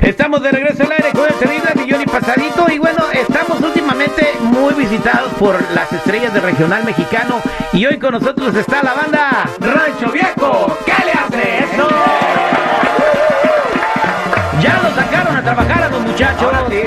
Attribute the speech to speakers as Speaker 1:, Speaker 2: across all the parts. Speaker 1: Estamos de regreso al aire con el terrible millón y pasadito y bueno, estamos últimamente muy visitados por las estrellas del regional mexicano y hoy con nosotros está la banda Rancho Viejo. ¿Qué le hace eso? Ya lo sacaron a trabajar a los muchachos.
Speaker 2: Ahora sí,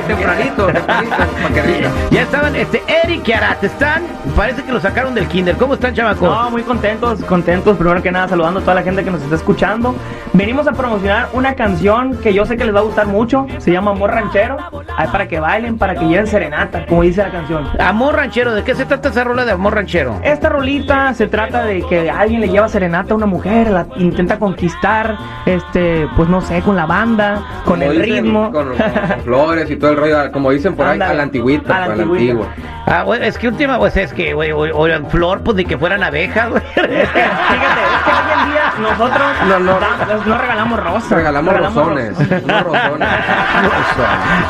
Speaker 2: tempranito, tempranito, para que rinda.
Speaker 1: Ya estaban, este, Eric y Arat están, parece que lo sacaron del kinder. ¿Cómo están, chamacos?
Speaker 3: No, muy contentos, contentos. Primero que nada, saludando a toda la gente que nos está escuchando. Venimos a promocionar una canción que yo sé que les va a gustar mucho. Se llama Amor Ranchero. Ahí para que bailen, para que lleven serenata, como dice la canción.
Speaker 1: Amor ranchero, ¿de qué se trata esa rola de amor ranchero?
Speaker 3: Esta rolita se trata de que alguien le lleva serenata a una mujer, la intenta conquistar, este, pues no sé, con la banda, con
Speaker 2: Como
Speaker 3: el
Speaker 2: dicen,
Speaker 3: ritmo.
Speaker 2: Con, con flores y todo el rollo, como dicen por ahí,
Speaker 3: Ándale.
Speaker 2: a la antigüita,
Speaker 3: A la
Speaker 2: pues, a la
Speaker 3: antigüita.
Speaker 2: antigua.
Speaker 1: Ah, bueno, es que última, pues es que, güey, o- o en flor, pues ni que fueran abejas, güey.
Speaker 3: Es que, fíjate, es que hoy en día nosotros
Speaker 2: No, no.
Speaker 3: damos- no regalamos rosas.
Speaker 2: Regalamos rosones,
Speaker 3: rosas.
Speaker 2: unos rosones.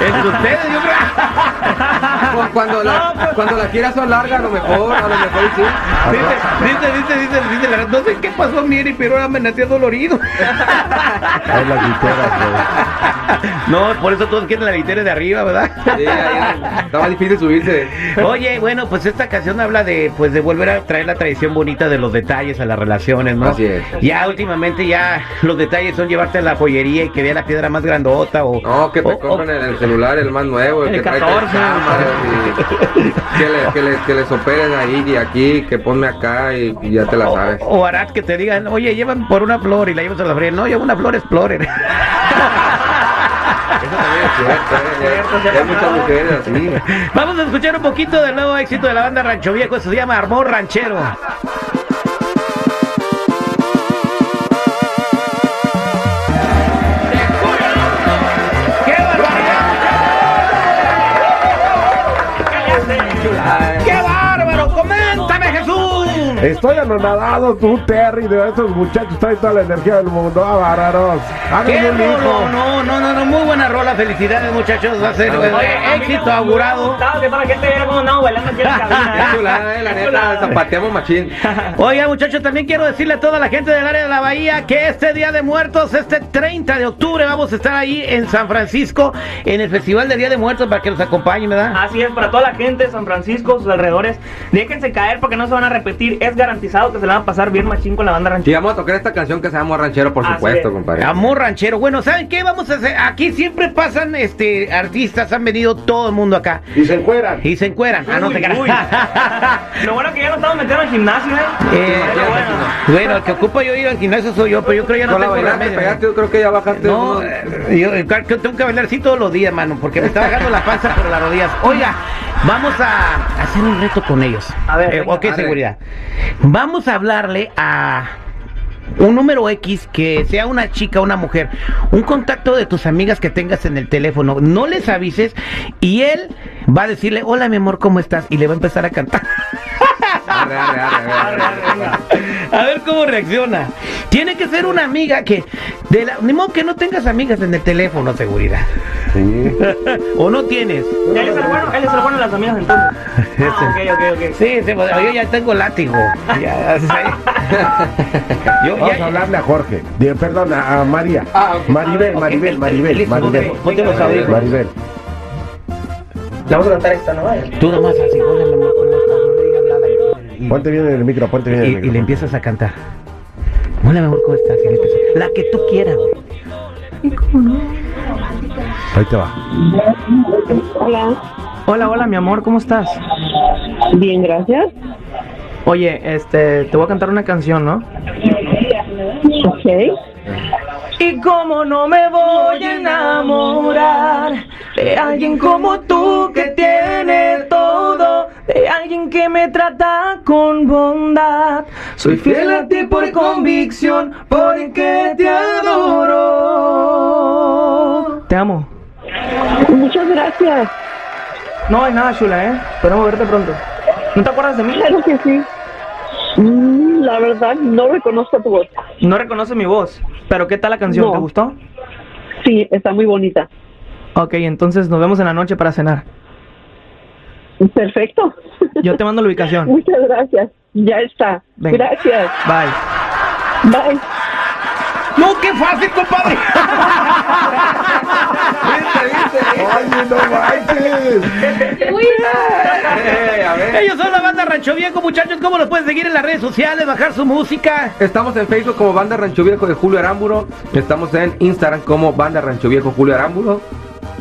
Speaker 1: Entre ustedes, yo creo.
Speaker 2: Pues cuando, la, cuando las giras son largas, a lo mejor, a lo mejor sí.
Speaker 1: Dice, dice, dice, dice, dice, la- no sé qué pasó, mi Eric, pero ahora me nació dolorido.
Speaker 4: Ay, las literas,
Speaker 2: pues.
Speaker 1: No, por eso todos quieren la vitera de arriba, ¿verdad?
Speaker 2: Sí, ahí estaba difícil subirse.
Speaker 1: Oye, bueno, pues esta canción habla de, pues, de volver a traer la tradición bonita de los detalles a las relaciones, ¿no?
Speaker 2: Así es.
Speaker 1: Ya últimamente ya los detalles son llevarte a la joyería y que vea la piedra más grandota o...
Speaker 2: No, que te
Speaker 1: o-
Speaker 2: compren
Speaker 1: o-
Speaker 2: el, el celular, el más nuevo, Oh,
Speaker 3: El
Speaker 2: el, que trae
Speaker 3: 14,
Speaker 2: tres cámaras y que, le, que, le, que les operen ahí y aquí, que ponme acá y, y ya te la
Speaker 1: o-
Speaker 2: sabes.
Speaker 1: o Arat que te digan, oye, llevan por una flor y la llevas a la fría. No, lleva una flor Explorer.
Speaker 2: Eso también es cierto, ¿eh? Ya- ya hay muchas mujeres así.
Speaker 1: Vamos a escuchar un poquito del nuevo éxito de la banda Rancho Viejo. Esto se llama Armor Ranchero. ¡Qué barbaridad! ¡Qué bárbaro! ¡Coméntame, Jesús!
Speaker 4: güey. Estoy anonadado, tú, Terry, de estos muchachos traen toda la energía del mundo. Ah, báraros.
Speaker 1: ¡Qué
Speaker 4: Háganme un
Speaker 1: rolón!
Speaker 4: hijo.
Speaker 1: No, no, no, no, muy buena rola. Felicidades, muchachos. Va a ser
Speaker 2: Oye,
Speaker 3: ah,
Speaker 1: eh, éxito augurado.
Speaker 3: que toda la gente viera cómo andamos bailando aquí en la cabina.
Speaker 2: Qué
Speaker 3: ¿eh?
Speaker 2: chulada, eh, la
Speaker 3: Qué
Speaker 2: neta,
Speaker 3: chulada.
Speaker 2: zapateamos machín.
Speaker 1: Oiga, muchachos, también quiero decirle a toda la gente del área de la Bahía que este Día de Muertos, este 30 de octubre, vamos a estar ahí en San Francisco en el Festival del Día de Muertos para que nos acompañen, ¿verdad?
Speaker 3: Así es, para toda la gente de San Francisco, sus alrededores, déjense caer porque no se van a repetir. Es garantizado que se la van a pasar bien machín con la banda ranchera.
Speaker 2: Y vamos a tocar esta canción que se llama Ranchero, por
Speaker 3: Así
Speaker 2: supuesto,
Speaker 3: es.
Speaker 2: compadre.
Speaker 1: Amor ranchero. Bueno, ¿saben qué? Vamos a hacer. Aquí siempre pasan este artistas, han venido todo el mundo acá.
Speaker 4: Y se encueran.
Speaker 1: Y se encueran. Ah, no
Speaker 3: Uy,
Speaker 1: te creas.
Speaker 3: uy. Lo bueno que ya no estamos metiendo al gimnasio, ¿eh?
Speaker 1: Eh,
Speaker 3: Pero bueno.
Speaker 1: bueno, el que ocupa yo ir al gimnasio soy yo, pero yo creo que ya no
Speaker 2: Con la
Speaker 1: tengo
Speaker 2: bailante
Speaker 1: remedio.
Speaker 2: pegaste, yo creo que ya bajaste.
Speaker 1: No,
Speaker 2: unos-
Speaker 1: eh, yo, eh, claro que tengo que bailar así todos los días, mano, porque me está bajando la panza por las rodillas. Oiga, vamos a hacer un reto con ellos.
Speaker 3: A ver,
Speaker 1: Eh,
Speaker 3: venga.
Speaker 1: ok,
Speaker 2: Arre.
Speaker 1: seguridad. Vamos a hablarle a un número X que sea una chica, una mujer, un contacto de tus amigas que tengas en el teléfono. No les avises y él va a decirle, hola mi amor, ¿cómo estás? Y le va a empezar a cantar.
Speaker 2: Arre, arre, arre, arre, arre.
Speaker 1: A ver cómo reacciona. Tiene que ser una amiga que. De la, ni modo que no tengas amigas en el teléfono, seguridad. o no tienes.
Speaker 3: Él es el bueno, él es el bueno de las amigas entonces. Ah, ok, ok, ok.
Speaker 1: Sí, sí, pues, yo ya tengo látigo. Ya, sí. Yo,
Speaker 4: Vamos
Speaker 1: ya-
Speaker 4: a hablarle a Jorge. Di- perdón, a, a María.
Speaker 2: Ah, ok.
Speaker 4: Maribel,
Speaker 1: Ok,
Speaker 4: Maribel,
Speaker 1: el-
Speaker 4: Maribel,
Speaker 1: listo,
Speaker 4: Maribel.
Speaker 1: ok, ponte los audífonos.
Speaker 4: Maribel.
Speaker 3: Le vamos a cantar esta, ¿no? Vale.
Speaker 1: Tú nomás así, hola, mi amor, ¿cómo estás? No le digas nada. Y- y-
Speaker 4: Ponte bien en el micro, ponte bien en
Speaker 1: y,
Speaker 4: el
Speaker 1: y le
Speaker 4: micro.
Speaker 1: empiezas a cantar. Hola, mi amor, ¿cómo estás? Y le empiezas- la que tú quieras.
Speaker 4: Ahí te va.
Speaker 5: Hola,
Speaker 3: Hola, hola, mi amor, ¿cómo estás?
Speaker 5: bien, gracias.
Speaker 3: Oye, este, te voy a cantar una canción, ¿no?
Speaker 5: Ok.
Speaker 3: Y cómo no me voy a enamorar de alguien como tú que tiene todo, de alguien que me trata con bondad. Soy fiel a ti por convicción, porque te adoro. Te amo.
Speaker 5: Muchas gracias.
Speaker 3: No hay nada, chula, ¿eh? Esperamos verte pronto. ¿No te acuerdas de mí?
Speaker 5: Claro que sí. Mm, la verdad, no reconozco tu voz.
Speaker 3: No reconoce mi voz, pero ¿qué tal la canción?
Speaker 5: No.
Speaker 3: ¿Te gustó?
Speaker 5: Sí, está muy bonita.
Speaker 3: Ok, entonces nos vemos en la noche para cenar.
Speaker 5: Perfecto.
Speaker 3: Yo te mando la ubicación.
Speaker 5: Muchas gracias. Ya está.
Speaker 3: Venga.
Speaker 5: Gracias.
Speaker 3: Bye.
Speaker 5: Bye.
Speaker 1: No, qué fácil, compadre.
Speaker 4: Oye, no manches.
Speaker 2: Eh, a ver.
Speaker 1: Ellos son la banda Rancho Viejo, muchachos. ¿Cómo los pueden seguir en las redes sociales, bajar su música?
Speaker 2: Estamos en Facebook como Banda Rancho Viejo de Julio Arámburo. Estamos en Instagram como Banda Rancho Viejo Julio Arámburo.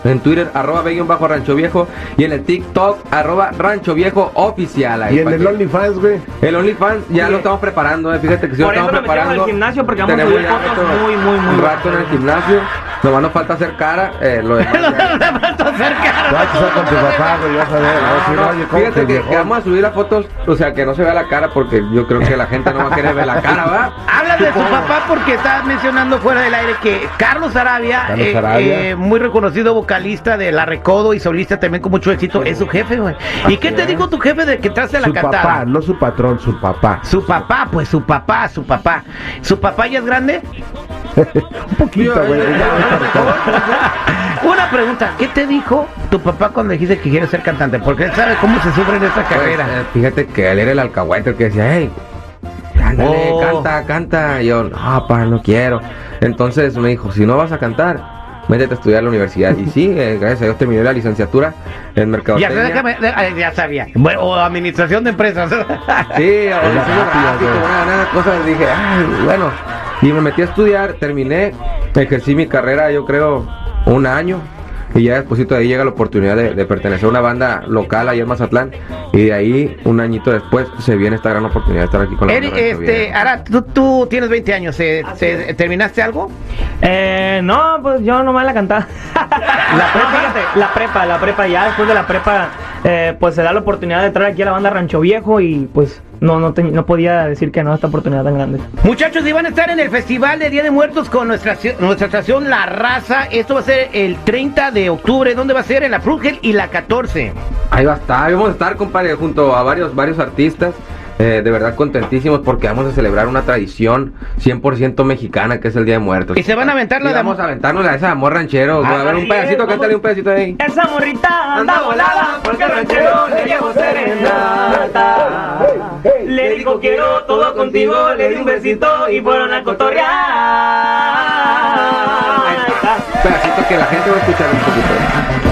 Speaker 2: En Twitter, arroba ve guión bajo Rancho Viejo. Y en el TikTok, arroba Rancho Viejo Oficial. Ahí
Speaker 4: Y en
Speaker 2: para
Speaker 4: el
Speaker 2: que-
Speaker 4: OnlyFans, güey.
Speaker 2: el OnlyFans ya lo estamos preparando, eh, fíjate que sí lo
Speaker 3: Por eso lo
Speaker 2: estamos
Speaker 3: metemos
Speaker 2: preparando.
Speaker 3: al gimnasio, porque vamos a
Speaker 2: Tenemos
Speaker 3: subir
Speaker 2: ya
Speaker 3: fotos
Speaker 2: rato-
Speaker 3: muy, muy, muy
Speaker 2: Un rato en el gimnasio. Nomás nos falta hacer cara. eh, lo demás
Speaker 1: Los
Speaker 2: ya-
Speaker 1: levanto cerca.
Speaker 4: Te vas a casar con tu papá, güey, vas a ver. vas a
Speaker 2: No,
Speaker 4: decir,
Speaker 2: no,
Speaker 4: oye, ¿cómo
Speaker 2: fíjate
Speaker 4: te
Speaker 2: que,
Speaker 4: dejó?
Speaker 2: que vamos a subir las fotos, o sea, que no se vea la cara porque yo creo que la gente no va a querer ver la cara, ¿va?
Speaker 1: Habla de su papá porque estaba mencionando fuera del aire que Carlos Arabia,
Speaker 4: Carlos
Speaker 1: eh,
Speaker 4: Arabia.
Speaker 1: eh, muy reconocido vocalista de La Recodo y solista también con mucho éxito, es su jefe, güey. ¿Y qué te dijo tu jefe de que entraste a la
Speaker 4: Su
Speaker 1: cantada?
Speaker 4: papá, no su patrón, su papá.
Speaker 1: Su papá, pues su papá, su papá. ¿Su papá ya es grande?
Speaker 4: Un poquito, güey. ya, ya está todo.
Speaker 1: Una pregunta, ¿qué te dijo tu papá cuando dijiste que quieres ser cantante? Porque él sabe cómo se sufre en esta
Speaker 2: Pues,
Speaker 1: carrera.
Speaker 2: eh, fíjate que él era el alcahuete el que decía, hey, ándale,
Speaker 1: Oh.
Speaker 2: canta, canta. Y yo, no, pa, no quiero. Entonces me dijo, si no vas a cantar, métete a estudiar a la universidad. Y sí, eh, gracias a Dios terminé la licenciatura en mercadotecnia.
Speaker 1: Ya, déjame- de- ay, ya sabía. Bueno, o administración de empresas.
Speaker 2: Sí, o
Speaker 4: la
Speaker 2: diseño
Speaker 4: rápida,
Speaker 2: gráfico,
Speaker 4: güey.
Speaker 2: una nada, cosas, dije, ay, bueno. Y me metí a estudiar, terminé, ejercí mi carrera, yo creo, un año. Y ya después de ahí llega la oportunidad de, de pertenecer a una banda local allá en Mazatlán. Y de ahí, un aññito después, se viene esta gran oportunidad de estar aquí con la
Speaker 1: Eri,
Speaker 2: banda Rancho
Speaker 1: este,
Speaker 2: Viejo.
Speaker 1: ahora tú, tú tienes 20 años. eh,
Speaker 3: Así
Speaker 1: te- ¿Terminaste algo?
Speaker 3: Eh, no, pues yo nomás la cantaba. la prepa, fíjate, la prepa, la prepa, ya después de la prepa, eh, pues se da la oportunidad de entrar aquí a la banda Rancho Viejo y pues no, no, te- no podía decir que no a esta oportunidad tan grande.
Speaker 1: Muchachos, iban a estar en el Festival de Día de Muertos con nuestra, ci- nuestra estación La Raza. Esto va a ser el 30 de octubre. ¿Dónde va a ser? En la Frugel y la 14.
Speaker 2: Ahí va a estar, ahí vamos a estar, compadre, junto a varios, varios artistas. eh, de verdad contentísimos porque vamos a celebrar una tradición 100% mexicana que es el Día de Muertos.
Speaker 1: Y se van a aventar la
Speaker 2: Y
Speaker 1: de-
Speaker 2: Vamos a aventarnos la de esa de amor ranchero.
Speaker 1: Ah,
Speaker 2: a ver, un
Speaker 3: sí,
Speaker 2: pedacito,
Speaker 3: vamos.
Speaker 2: cántale un pedacito ahí.
Speaker 3: Esa morrita anda volada porque al ranchero le llevo serenata. Le digo quiero todo contigo, le di un besito y fueron a cotorrear.
Speaker 2: pedacito que la gente va a escuchar un poquito.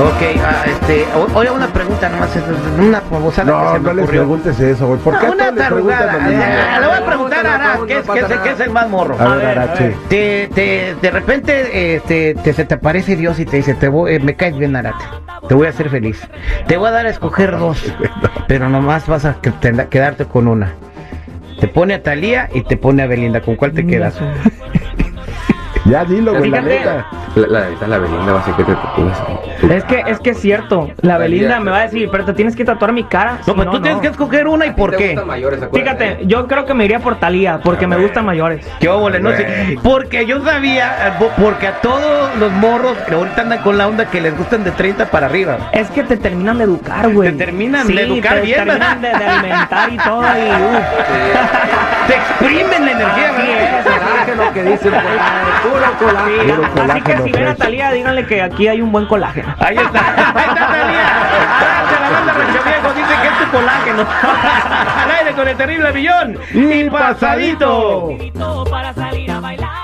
Speaker 1: Ok, ah, este, o- oiga, una pregunta nomás, es- es una babosada que
Speaker 4: No,
Speaker 1: se me
Speaker 4: no les
Speaker 1: ocurrió.
Speaker 4: preguntes eso, güey. ¿Por qué
Speaker 1: No,
Speaker 4: a
Speaker 1: una
Speaker 4: todos les
Speaker 1: tarugada.
Speaker 4: preguntan lo mismo?
Speaker 1: Ah, Le voy a preguntar a
Speaker 2: No,
Speaker 1: Aras,
Speaker 2: no
Speaker 1: que es,
Speaker 2: pasa
Speaker 1: que es-
Speaker 2: nada.
Speaker 1: que es el más morro.
Speaker 4: A ver,
Speaker 3: A ver, a
Speaker 4: Arache.
Speaker 3: ver.
Speaker 1: Te, te- de repente eh, te, te- se te aparece Dios y te dice, te voy- eh, me caes bien, Arate. Te voy a hacer feliz. Te voy a dar a escoger dos, pero nomás vas a que- te- quedarte con una. Te pone a Talía y te pone a Belinda. ¿Con cuál te quedas?
Speaker 4: Ya dilo, güey, la
Speaker 3: Fíjate.
Speaker 4: neta.
Speaker 2: La, la, esta la Belinda va a ser que te tatúes.
Speaker 3: Es que, es que es cierto, la Belinda me va a decir, pero te tienes que tatuar mi cara.
Speaker 1: No,
Speaker 3: Si
Speaker 1: pues tú tienes que escoger una y por
Speaker 2: ¿Te
Speaker 1: qué.
Speaker 2: gustan mayores, acuérdate?
Speaker 3: Fíjate, yo creo que me iría por Talía, porque me gustan mayores.
Speaker 1: Qué óvole, no sé.
Speaker 2: Güey.
Speaker 1: Porque yo sabía, eh, bo- porque a todos los morros que ahorita andan con la onda que les gustan de 30 para arriba.
Speaker 3: Es que te terminan de educar, güey.
Speaker 1: Te terminan
Speaker 3: Sí,
Speaker 1: de educar
Speaker 3: te
Speaker 1: bien,
Speaker 3: terminan de,
Speaker 1: ¿verdad?
Speaker 3: de alimentar y todo. Y, uf.
Speaker 1: Te exprimen la energía,
Speaker 3: Así
Speaker 1: ¿verdad?
Speaker 3: es, así
Speaker 2: Colágeno que dicen, pues, puro
Speaker 3: Sí,
Speaker 2: colágeno.
Speaker 4: Puro
Speaker 3: así que
Speaker 4: colágeno,
Speaker 3: si ven a
Speaker 4: pues.
Speaker 3: Talía, díganle que aquí hay un buen colágeno.
Speaker 1: Ahí está, ahí está Talía. Adelante, la banda Rancho Viejo dice que es tu colágeno. Al aire con el terrible millón. Y pasadito.
Speaker 6: para salir a bailar.